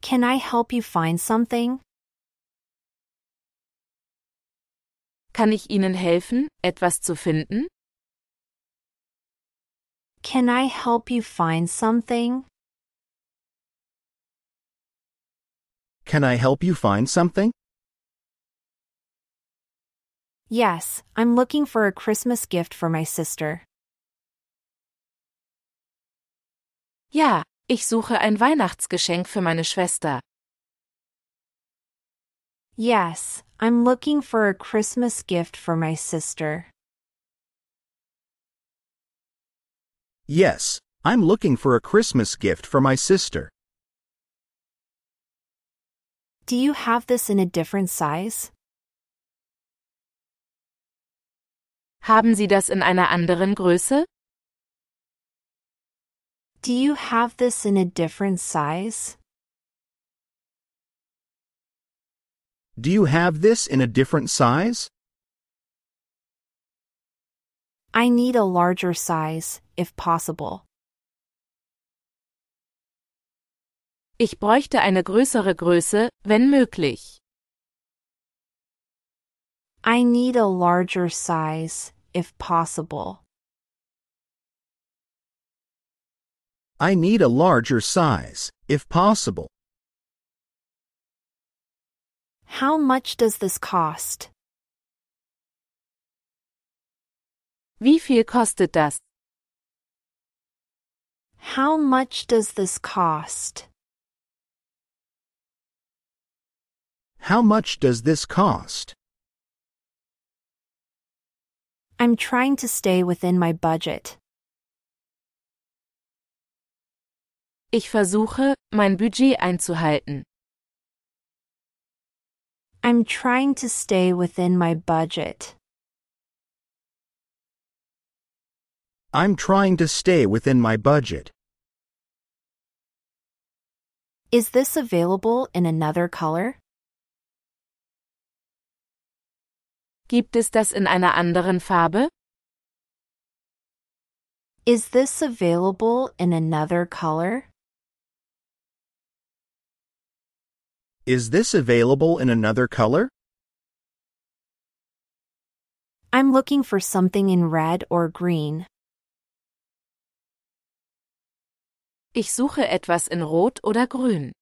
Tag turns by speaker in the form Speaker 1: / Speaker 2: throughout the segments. Speaker 1: Can I help you find something?
Speaker 2: Kann ich Ihnen helfen, etwas zu finden?
Speaker 1: Can I help you find something?
Speaker 3: Can I help you find something?
Speaker 1: Yes, I'm looking for a Christmas gift for my sister.
Speaker 2: Ja, ich suche ein Weihnachtsgeschenk für meine Schwester.
Speaker 1: Yes, I'm looking for a Christmas gift for my sister.
Speaker 3: Yes, I'm looking for a Christmas gift for my sister.
Speaker 1: Do you have this in a different size?
Speaker 2: Haben Sie das in einer anderen Größe?
Speaker 1: Do you have this in a different size?
Speaker 3: Do you have this in a different size?
Speaker 1: I need a larger size, if possible.
Speaker 2: Ich bräuchte eine größere Größe, wenn möglich.
Speaker 1: I need a larger size, if possible.
Speaker 3: I need a larger size, if possible.
Speaker 1: How much does this cost?
Speaker 2: Wie viel kostet das?
Speaker 1: How much does this cost?
Speaker 3: How much does this cost?
Speaker 1: I'm trying to stay within my budget.
Speaker 2: Ich versuche, mein Budget einzuhalten.
Speaker 1: I'm trying to stay within my budget.
Speaker 3: I'm trying to stay within my budget.
Speaker 1: Is this available in another color?
Speaker 2: Gibt es das in einer anderen Farbe?
Speaker 1: Is this available in another color?
Speaker 3: Is this available in another color?
Speaker 1: I'm looking for something in red or green.
Speaker 2: Ich suche etwas in Rot oder Grün.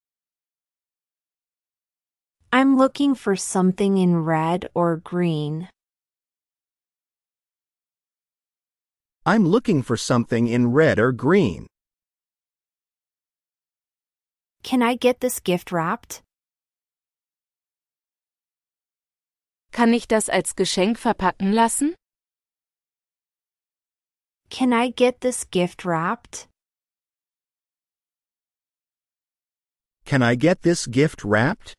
Speaker 1: I'm looking for something in red or green.
Speaker 3: I'm looking for something in red or green.
Speaker 1: Can I get this gift wrapped?
Speaker 2: Kann ich das als Geschenk verpacken lassen?
Speaker 1: Can I get this gift wrapped?
Speaker 3: Can I get this gift wrapped?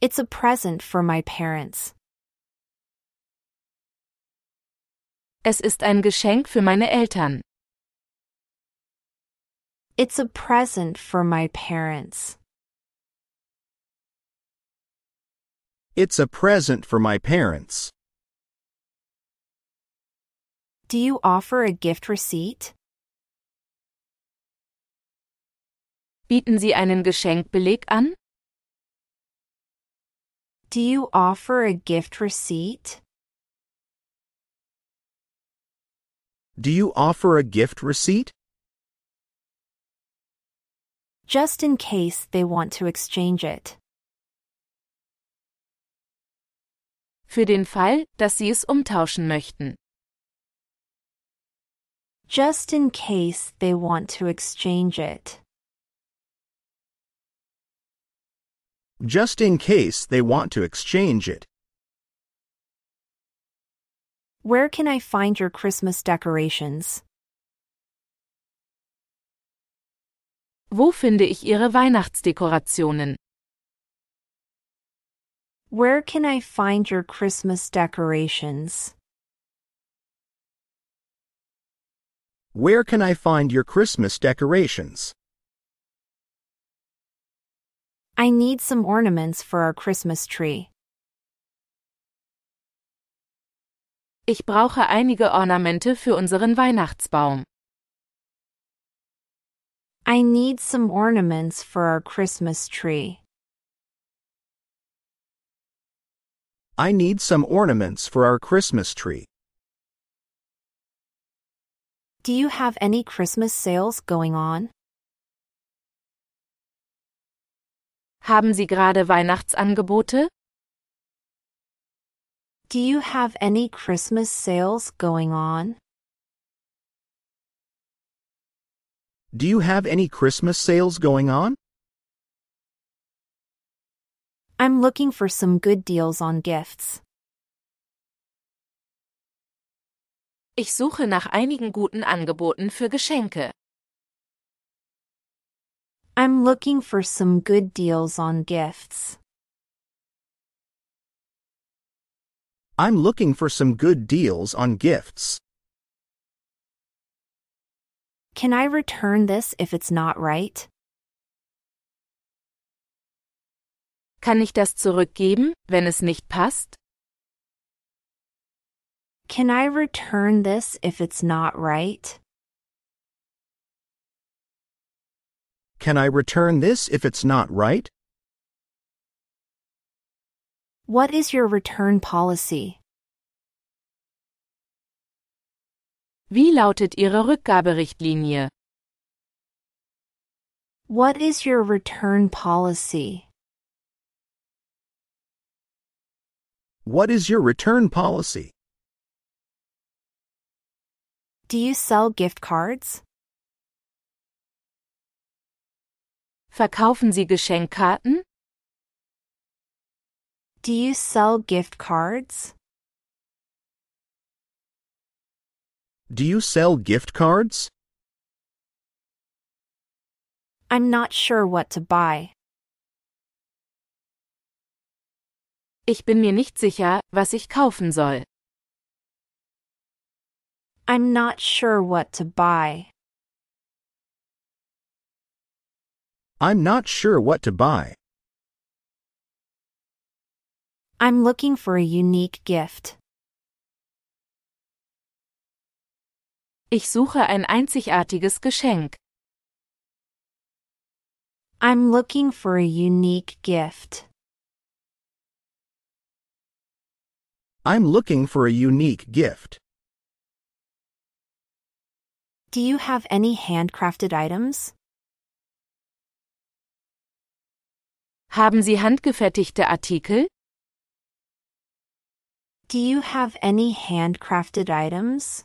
Speaker 1: It's a present for my parents.
Speaker 2: Es ist ein Geschenk für meine Eltern.
Speaker 1: It's a present for my parents.
Speaker 3: It's a present for my parents.
Speaker 1: Do you offer a gift receipt?
Speaker 2: Bieten Sie einen Geschenkbeleg an?
Speaker 1: Do you offer a gift receipt?
Speaker 3: Do you offer a gift receipt?
Speaker 1: Just in case they want to exchange it.
Speaker 2: Für den Fall, dass Sie es umtauschen möchten.
Speaker 1: Just in case they want to exchange it.
Speaker 3: Just in case they want to exchange it.
Speaker 1: Where can I find your Christmas decorations?
Speaker 2: Wo finde ich Ihre Weihnachtsdekorationen?
Speaker 1: Where can I find your Christmas decorations?
Speaker 3: Where can I find your Christmas decorations?
Speaker 1: I need some ornaments for our Christmas tree.
Speaker 2: Ich brauche einige Ornamente für unseren Weihnachtsbaum.
Speaker 1: I need some ornaments for our Christmas tree.
Speaker 3: I need some ornaments for our Christmas tree.
Speaker 1: Do you have any Christmas sales going on?
Speaker 2: Haben Sie gerade Weihnachtsangebote?
Speaker 1: Do you have any Christmas sales going on?
Speaker 3: Do you have any Christmas sales going on?
Speaker 1: I'm looking for some good deals on gifts.
Speaker 2: Ich suche nach einigen guten Angeboten für Geschenke.
Speaker 1: I'm looking for some good deals on gifts.
Speaker 3: I'm looking for some good deals on gifts.
Speaker 1: Can I return this if it's not right?
Speaker 2: Kann ich das zurückgeben, wenn es nicht passt?
Speaker 1: Can I return this if it's not right?
Speaker 3: Can I return this if it's not right?
Speaker 1: What is your return policy?
Speaker 2: Wie lautet Ihre Rückgaberichtlinie?
Speaker 1: What is your return policy?
Speaker 3: What is your return policy?
Speaker 1: Do you sell gift cards?
Speaker 2: Verkaufen Sie Geschenkkarten?
Speaker 1: Do you sell gift cards?
Speaker 3: Do you sell gift cards?
Speaker 1: I'm not sure what to buy.
Speaker 2: Ich bin mir nicht sicher, was ich kaufen soll.
Speaker 1: I'm not sure what to buy.
Speaker 3: I'm not sure what to buy.
Speaker 1: I'm looking for a unique gift.
Speaker 2: Ich suche ein einzigartiges Geschenk.
Speaker 1: I'm looking for a unique gift.
Speaker 3: I'm looking for a unique gift.
Speaker 1: Do you have any handcrafted items?
Speaker 2: Haben Sie handgefertigte Artikel?
Speaker 1: Do you have any handcrafted items?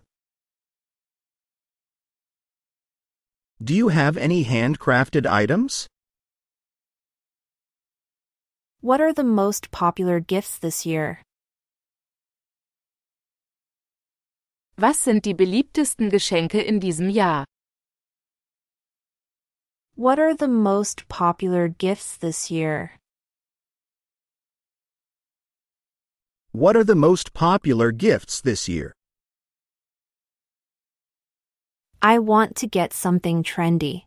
Speaker 3: Do you have any handcrafted items?
Speaker 1: What are the most popular gifts this year?
Speaker 2: Was sind die beliebtesten Geschenke in diesem Jahr?
Speaker 1: What are the most popular gifts this year?
Speaker 3: What are the most popular gifts this year?
Speaker 1: I want to get something trendy.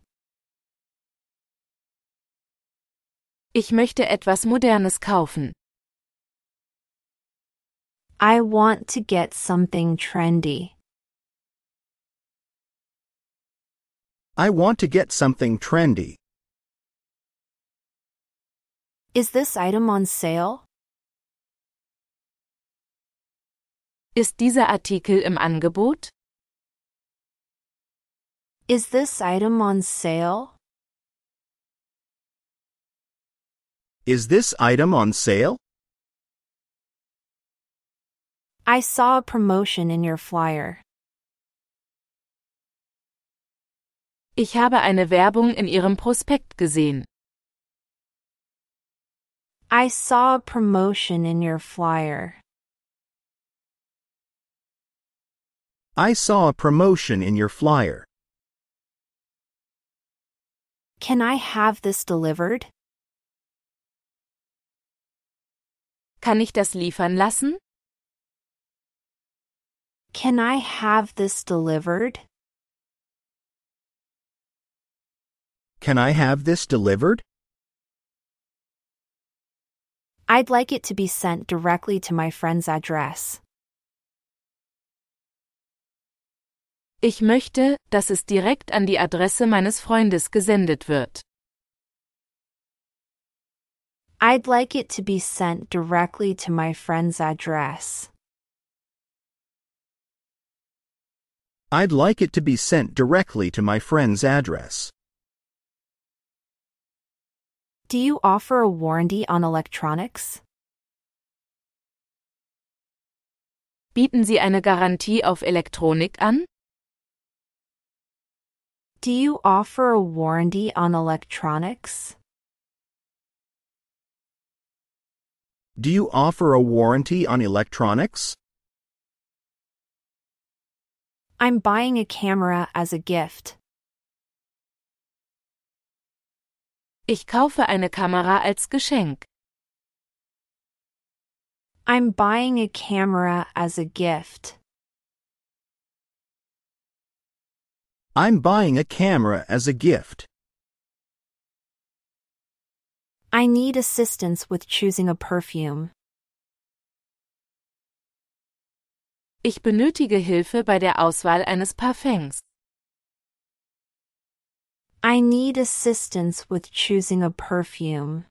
Speaker 2: Ich möchte etwas Modernes kaufen.
Speaker 1: I want to get something trendy.
Speaker 3: I want to get something trendy.
Speaker 1: Is this item on sale?
Speaker 2: Ist dieser Artikel im Angebot?
Speaker 1: Is this item on sale?
Speaker 3: Is this item on sale?
Speaker 1: I saw a promotion in your flyer.
Speaker 2: Ich habe eine Werbung in Ihrem Prospekt gesehen.
Speaker 1: I saw a promotion in your flyer.
Speaker 3: I saw a promotion in your flyer.
Speaker 1: Can I have this delivered?
Speaker 2: Kann ich das liefern lassen?
Speaker 1: Can I have this delivered?
Speaker 3: Can I have this delivered?
Speaker 1: I'd like it to be sent directly to my friend's address.
Speaker 2: Ich möchte, dass es direkt an die Adresse meines Freundes gesendet wird.
Speaker 1: I'd like it to be sent directly to my friend's address.
Speaker 3: I'd like it to be sent directly to my friend's address.
Speaker 1: Do you offer a warranty on electronics?
Speaker 2: Bieten Sie eine Garantie auf Elektronik an?
Speaker 1: Do you offer a warranty on electronics?
Speaker 3: Do you offer a warranty on electronics?
Speaker 1: I'm buying a camera as a gift.
Speaker 2: Ich kaufe eine Kamera als Geschenk.
Speaker 1: I'm buying a camera as a gift.
Speaker 3: I'm buying a camera as a gift.
Speaker 1: I need assistance with choosing a perfume.
Speaker 2: Ich benötige Hilfe bei der Auswahl eines Parfums.
Speaker 1: I need assistance with choosing a perfume.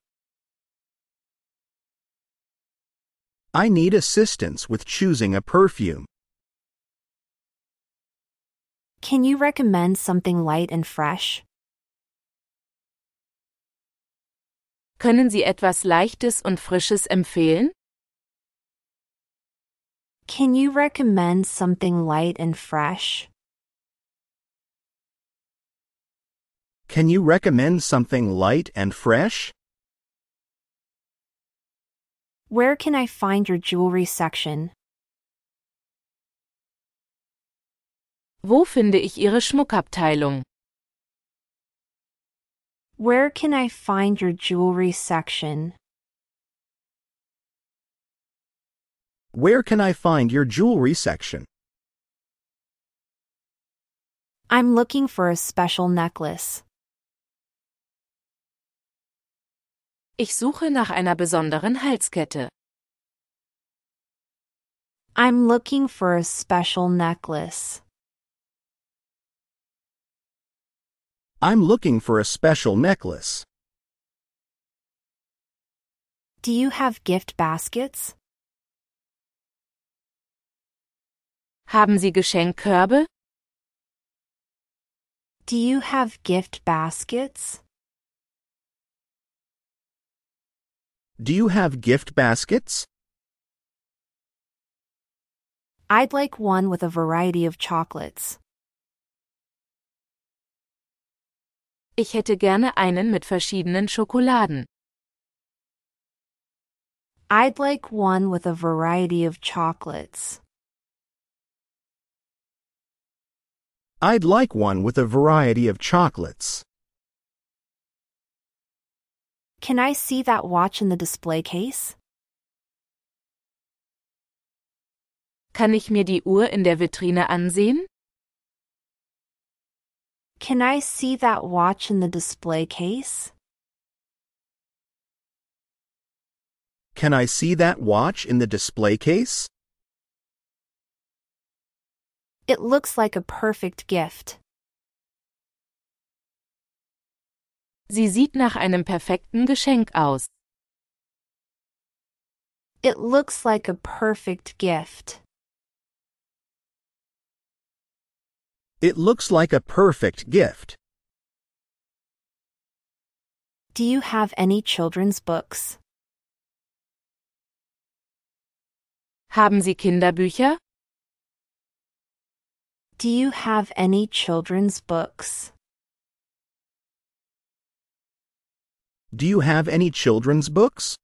Speaker 3: I need assistance with choosing a perfume.
Speaker 1: Can you recommend something light and fresh?
Speaker 2: Können Sie etwas Leichtes und Frisches empfehlen?
Speaker 1: Can you recommend something light and fresh?
Speaker 3: Can you recommend something light and fresh?
Speaker 1: Where can I find your jewelry section?
Speaker 2: Wo finde ich Ihre Schmuckabteilung?
Speaker 1: Where can I find your jewelry section?
Speaker 3: Where can I find your jewelry section?
Speaker 1: I'm looking for a special necklace.
Speaker 2: Ich suche nach einer besonderen Halskette.
Speaker 1: I'm looking for a special necklace.
Speaker 3: I'm looking for a special necklace.
Speaker 1: Do you have gift baskets?
Speaker 2: Haben Sie Geschenkkörbe?
Speaker 1: Do you have gift baskets?
Speaker 3: Do you have gift baskets?
Speaker 1: I'd like one with a variety of chocolates.
Speaker 2: Ich hätte gerne einen mit verschiedenen Schokoladen.
Speaker 1: I'd like one with a variety of chocolates.
Speaker 3: I'd like one with a variety of chocolates.
Speaker 1: Can I see that watch in the display case?
Speaker 2: Kann ich mir die Uhr in der Vitrine ansehen?
Speaker 1: Can I see that watch in the display case?
Speaker 3: Can I see that watch in the display case?
Speaker 1: It looks like a perfect gift.
Speaker 2: Sie sieht nach einem perfekten Geschenk aus.
Speaker 1: It looks like a perfect gift.
Speaker 3: It looks like a perfect gift.
Speaker 1: Do you have any children's books?
Speaker 2: Haben Sie Kinderbücher?
Speaker 1: Do you have any children's books?
Speaker 3: Do you have any children's books?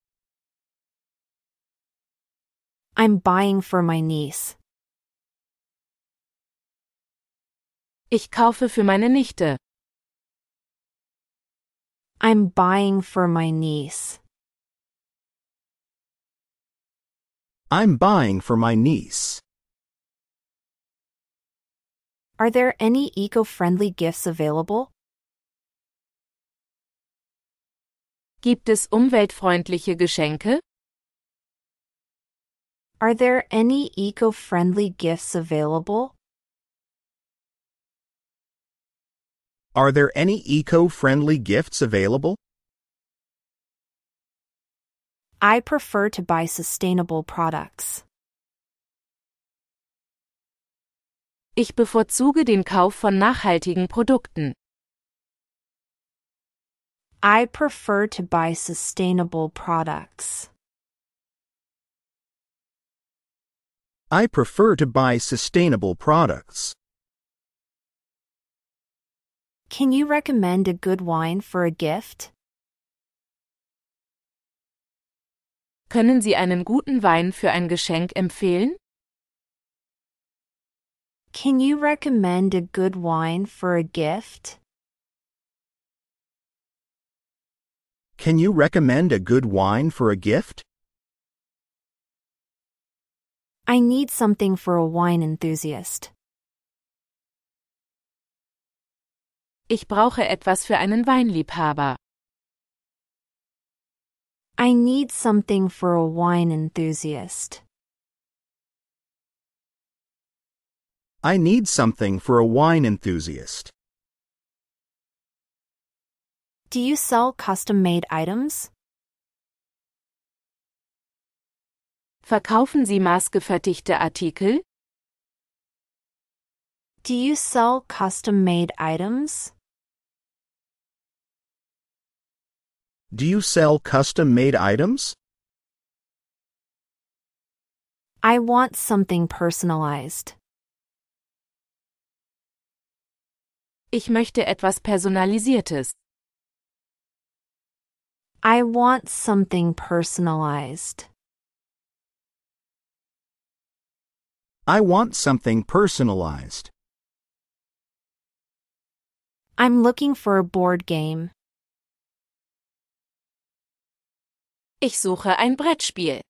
Speaker 1: I'm buying for my niece.
Speaker 2: Ich kaufe für meine Nichte.
Speaker 1: I'm buying for my niece.
Speaker 3: I'm buying for my niece.
Speaker 1: Are there any eco friendly gifts available?
Speaker 2: Gibt es umweltfreundliche Geschenke?
Speaker 1: Are there any eco friendly gifts available?
Speaker 3: Are there any eco friendly gifts available?
Speaker 1: I prefer to buy sustainable products.
Speaker 2: Ich bevorzuge den Kauf von nachhaltigen Produkten.
Speaker 1: I prefer to buy sustainable products.
Speaker 3: I prefer to buy sustainable products.
Speaker 1: Can you recommend a good wine for a gift?
Speaker 2: Können Sie einen guten Wein für ein Geschenk empfehlen?
Speaker 1: Can you recommend a good wine for a gift?
Speaker 3: Can you recommend a good wine for a gift?
Speaker 1: I need something for a wine enthusiast.
Speaker 2: Ich brauche etwas für einen Weinliebhaber.
Speaker 1: I need something for a wine enthusiast.
Speaker 3: I need something for a wine enthusiast.
Speaker 1: Do you sell custom made items?
Speaker 2: Verkaufen Sie maßgefertigte Artikel?
Speaker 1: Do you sell custom made items?
Speaker 3: Do you sell custom made items?
Speaker 1: I want something personalized.
Speaker 2: Ich möchte etwas Personalisiertes.
Speaker 1: I want something personalized.
Speaker 3: I want something personalized.
Speaker 1: I'm looking for a board game.
Speaker 2: Ich suche ein Brettspiel.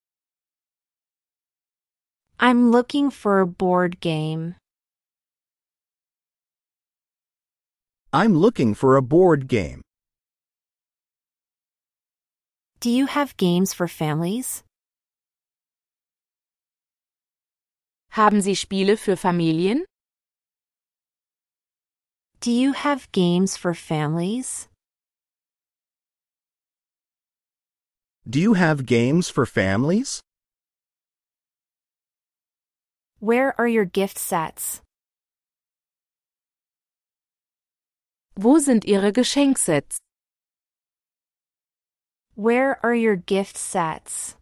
Speaker 1: I'm looking for a board game.
Speaker 3: I'm looking for a board game.
Speaker 1: Do you have games for families?
Speaker 2: Haben Sie Spiele für Familien?
Speaker 1: Do you have games for families?
Speaker 3: Do you have games for families?
Speaker 1: Where are your gift sets?
Speaker 2: Wo sind Ihre Geschenksets?
Speaker 1: Where are your gift sets?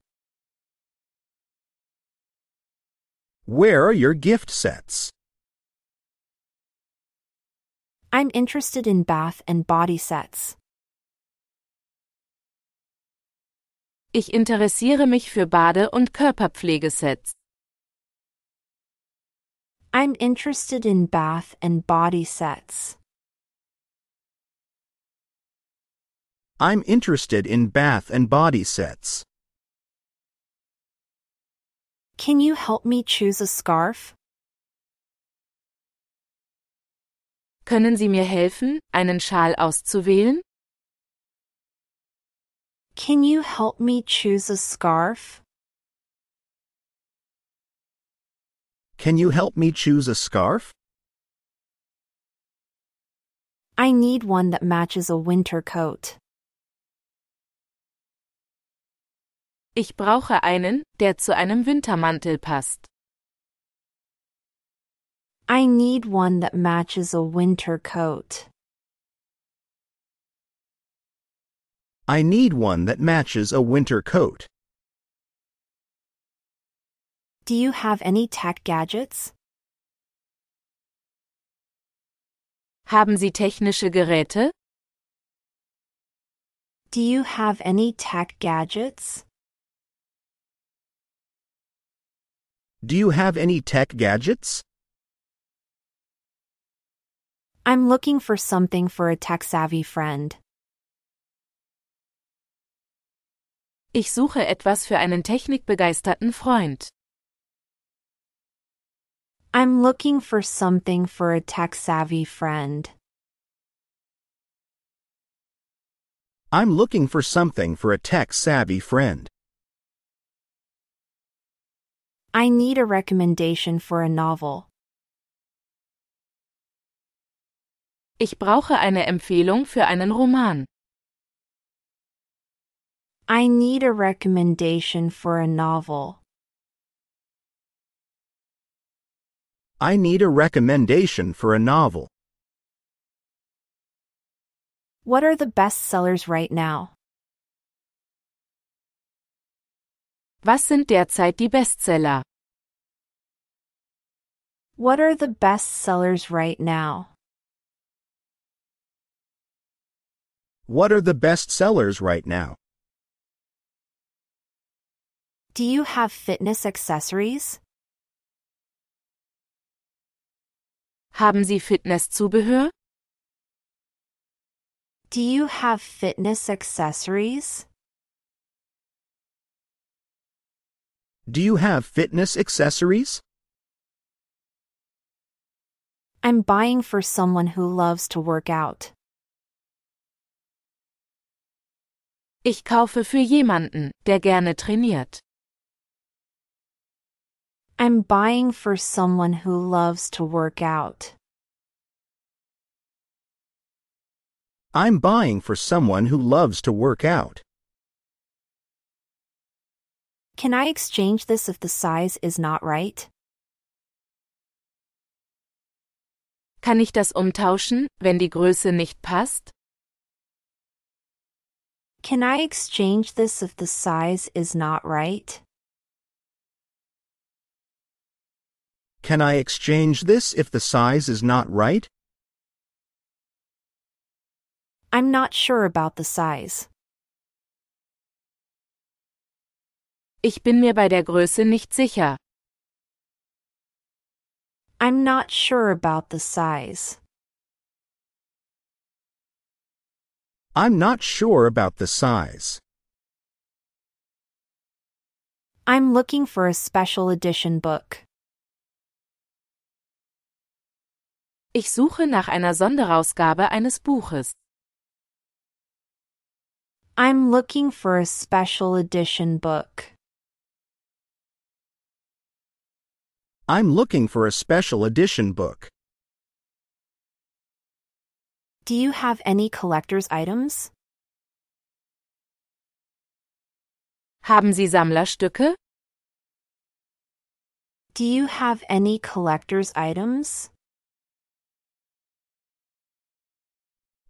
Speaker 3: Where are your gift sets?
Speaker 1: I'm interested in bath and body sets.
Speaker 2: Ich interessiere mich für Bade- und Körperpflegesets.
Speaker 1: I'm interested in bath and body sets.
Speaker 3: I'm interested in bath and body sets.
Speaker 1: Can you help me choose a scarf?
Speaker 2: Können Sie mir helfen, einen Schal auszuwählen?
Speaker 1: Can you help me choose a scarf?
Speaker 3: Can you help me choose a scarf?
Speaker 1: I need one that matches a winter coat.
Speaker 2: Ich brauche einen, der zu einem Wintermantel passt.
Speaker 1: I need one that matches a winter coat.
Speaker 3: I need one that matches a winter coat.
Speaker 1: Do you have any tech gadgets?
Speaker 2: Haben Sie technische Geräte?
Speaker 1: Do you have any tech gadgets?
Speaker 3: Do you have any tech gadgets?
Speaker 1: I'm looking for something for a tech savvy friend.
Speaker 2: Ich suche etwas für einen technikbegeisterten Freund.
Speaker 1: I'm looking for something for a tech savvy friend.
Speaker 3: I'm looking for something for a tech savvy friend.
Speaker 1: I need a recommendation for a novel.
Speaker 2: Ich brauche eine Empfehlung für einen Roman.
Speaker 1: I need a recommendation for a novel.
Speaker 3: I need a recommendation for a novel.
Speaker 1: What are the bestsellers right now?
Speaker 2: Was sind derzeit die Bestseller?
Speaker 1: What are the bestsellers right now?
Speaker 3: What are the best sellers right now?
Speaker 1: Do you have fitness accessories?
Speaker 2: Haben Sie Fitnesszubehör?
Speaker 1: Do you have fitness accessories?
Speaker 3: Do you have fitness accessories?
Speaker 1: I'm buying for someone who loves to work out.
Speaker 2: Ich kaufe für jemanden, der gerne trainiert.
Speaker 1: I'm buying for someone who loves to work out.
Speaker 3: I'm buying for someone who loves to work out.
Speaker 1: Can I exchange this if the size is not right?
Speaker 2: Kann ich das umtauschen, wenn die Größe nicht passt?
Speaker 1: Can I exchange this if the size is not right?
Speaker 3: Can I exchange this if the size is not right?
Speaker 1: I'm not sure about the size.
Speaker 2: Ich bin mir bei der Größe nicht sicher.
Speaker 1: I'm not sure about the size.
Speaker 3: I'm not sure about the size.
Speaker 1: I'm looking for a special edition book.
Speaker 2: Ich suche nach einer Sonderausgabe eines Buches.
Speaker 1: I'm looking for a special edition book.
Speaker 3: I'm looking for a special edition book.
Speaker 1: Do you have any collector's items?
Speaker 2: Haben Sie Sammlerstücke?
Speaker 1: Do you have any collector's items?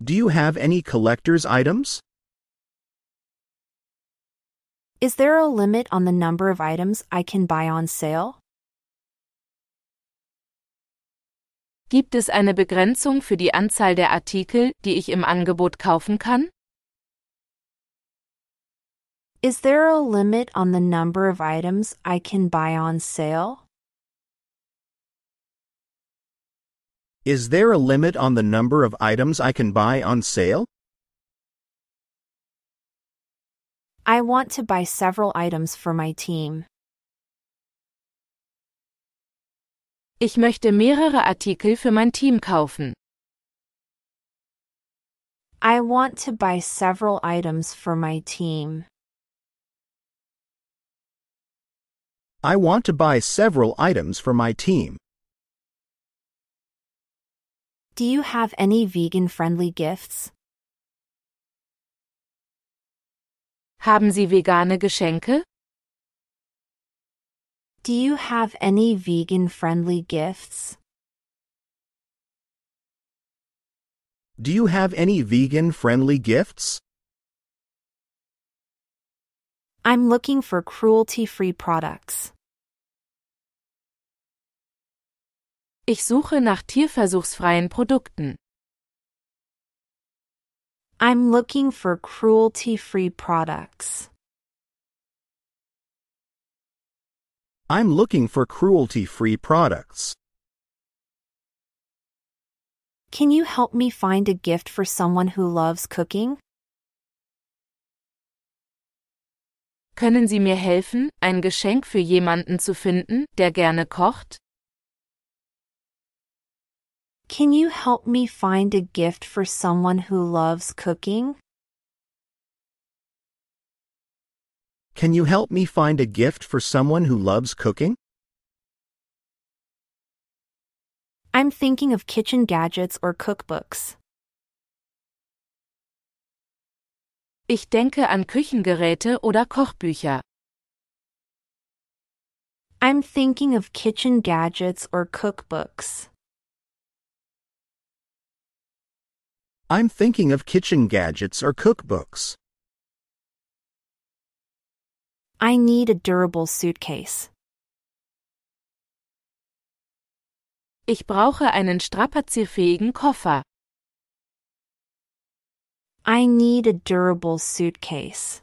Speaker 3: Do you have any collector's items?
Speaker 1: Is there a limit on the number of items I can buy on sale?
Speaker 2: Gibt es eine Begrenzung für die Anzahl der Artikel, die ich im Angebot kaufen kann?
Speaker 1: Is there a limit on the number of items I can buy on sale?
Speaker 3: Is there a limit on the number of items I can buy on sale?
Speaker 1: I want to buy several items for my team.
Speaker 2: Ich möchte mehrere Artikel für mein Team kaufen.
Speaker 1: I want to buy several items for my team.
Speaker 3: I want to buy several items for my team.
Speaker 1: Do you have any vegan friendly gifts?
Speaker 2: Haben Sie vegane Geschenke?
Speaker 1: Do you have any vegan friendly gifts?
Speaker 3: Do you have any vegan friendly gifts?
Speaker 1: I'm looking for cruelty free products.
Speaker 2: Ich suche nach tierversuchsfreien Produkten.
Speaker 1: I'm looking for cruelty free products.
Speaker 3: I'm looking for cruelty free products.
Speaker 1: Can you help me find a gift for someone who loves cooking?
Speaker 2: Können Sie mir helfen, ein Geschenk für jemanden zu finden, der gerne kocht?
Speaker 1: Can you help me find a gift for someone who loves cooking?
Speaker 3: Can you help me find a gift for someone who loves cooking?
Speaker 1: I'm thinking of kitchen gadgets or cookbooks.
Speaker 2: Ich denke an Küchengeräte oder Kochbücher.
Speaker 1: I'm thinking of kitchen gadgets or cookbooks.
Speaker 3: I'm thinking of kitchen gadgets or cookbooks.
Speaker 1: I need a durable suitcase.
Speaker 2: Ich brauche einen strapazierfähigen Koffer.
Speaker 1: I need a durable suitcase.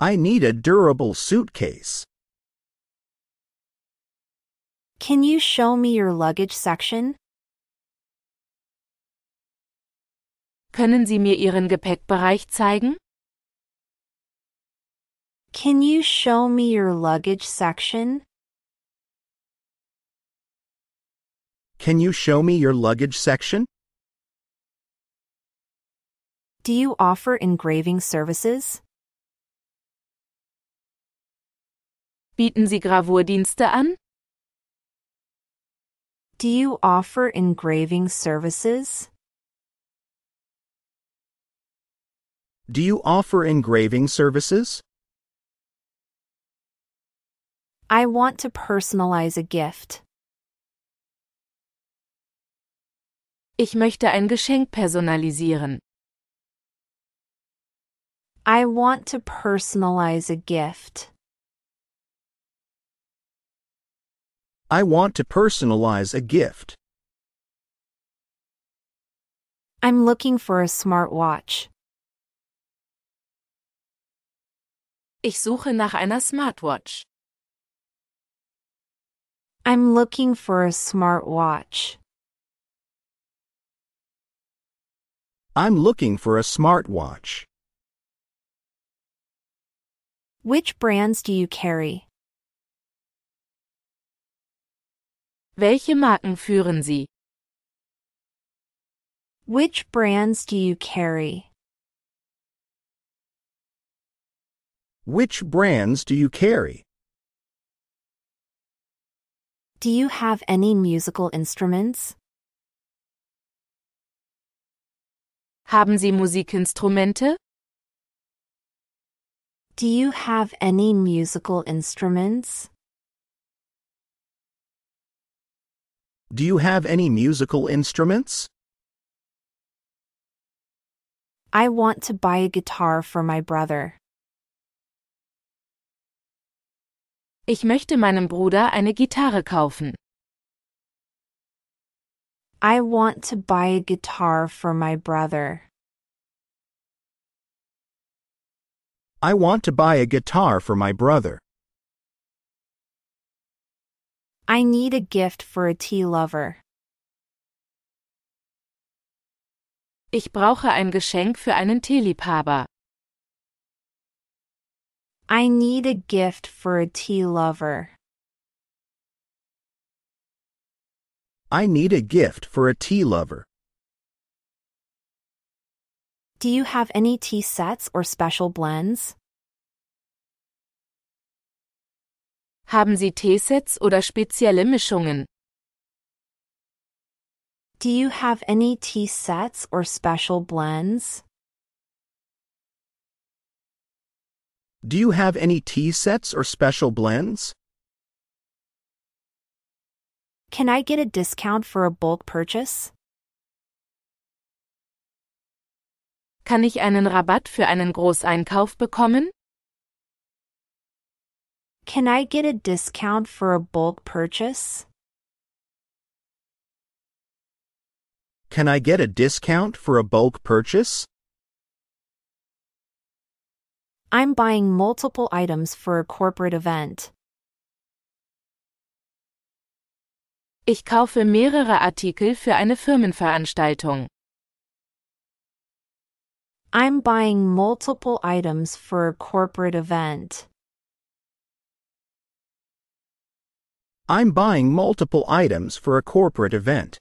Speaker 3: I need a durable suitcase.
Speaker 1: Can you show me your luggage section?
Speaker 2: Können Sie mir Ihren Gepäckbereich zeigen?
Speaker 1: Can you show me your luggage section?
Speaker 3: Can you show me your luggage section?
Speaker 1: Do you offer engraving services?
Speaker 2: Bieten Sie Gravurdienste an?
Speaker 1: Do you offer engraving services?
Speaker 3: Do you offer engraving services?
Speaker 1: I want to personalize a gift.
Speaker 2: Ich möchte ein Geschenk personalisieren.
Speaker 1: I want to personalize a gift.
Speaker 3: I want to personalize a gift.
Speaker 1: I'm looking for a smartwatch.
Speaker 2: Ich suche nach einer Smartwatch.
Speaker 1: I'm looking for a smartwatch.
Speaker 3: I'm looking for a smartwatch.
Speaker 1: Which brands do you carry?
Speaker 2: Welche Marken führen Sie?
Speaker 1: Which brands do you carry?
Speaker 3: Which brands do you carry?
Speaker 1: Do you have any musical instruments?
Speaker 2: Haben Sie Musikinstrumente?
Speaker 1: Do you have any musical instruments?
Speaker 3: Do you have any musical instruments?
Speaker 1: I want to buy a guitar for my brother.
Speaker 2: Ich möchte meinem Bruder eine Gitarre kaufen.
Speaker 1: I want to buy a guitar for my brother.
Speaker 3: I want to buy a guitar for my brother.
Speaker 1: I need a gift for a tea lover.
Speaker 2: Ich brauche ein Geschenk für einen Teeliebhaber.
Speaker 1: I need a gift for a tea lover.
Speaker 3: I need a gift for a tea lover.
Speaker 1: Do you have any tea sets or special blends?
Speaker 2: Haben Sie Teesets oder spezielle Mischungen?
Speaker 1: Do you have any tea sets or special blends?
Speaker 3: Do you have any tea sets or special blends?
Speaker 1: Can I get a discount for a bulk purchase?
Speaker 2: Kann ich einen Rabatt für einen Großeinkauf bekommen?
Speaker 1: Can I get a discount for a bulk purchase?
Speaker 3: Can I get a discount for a bulk purchase?
Speaker 1: I'm buying multiple items for a corporate event.
Speaker 2: Ich kaufe mehrere Artikel für eine Firmenveranstaltung.
Speaker 1: I'm buying multiple items for a corporate event.
Speaker 3: I'm buying multiple items for a corporate event.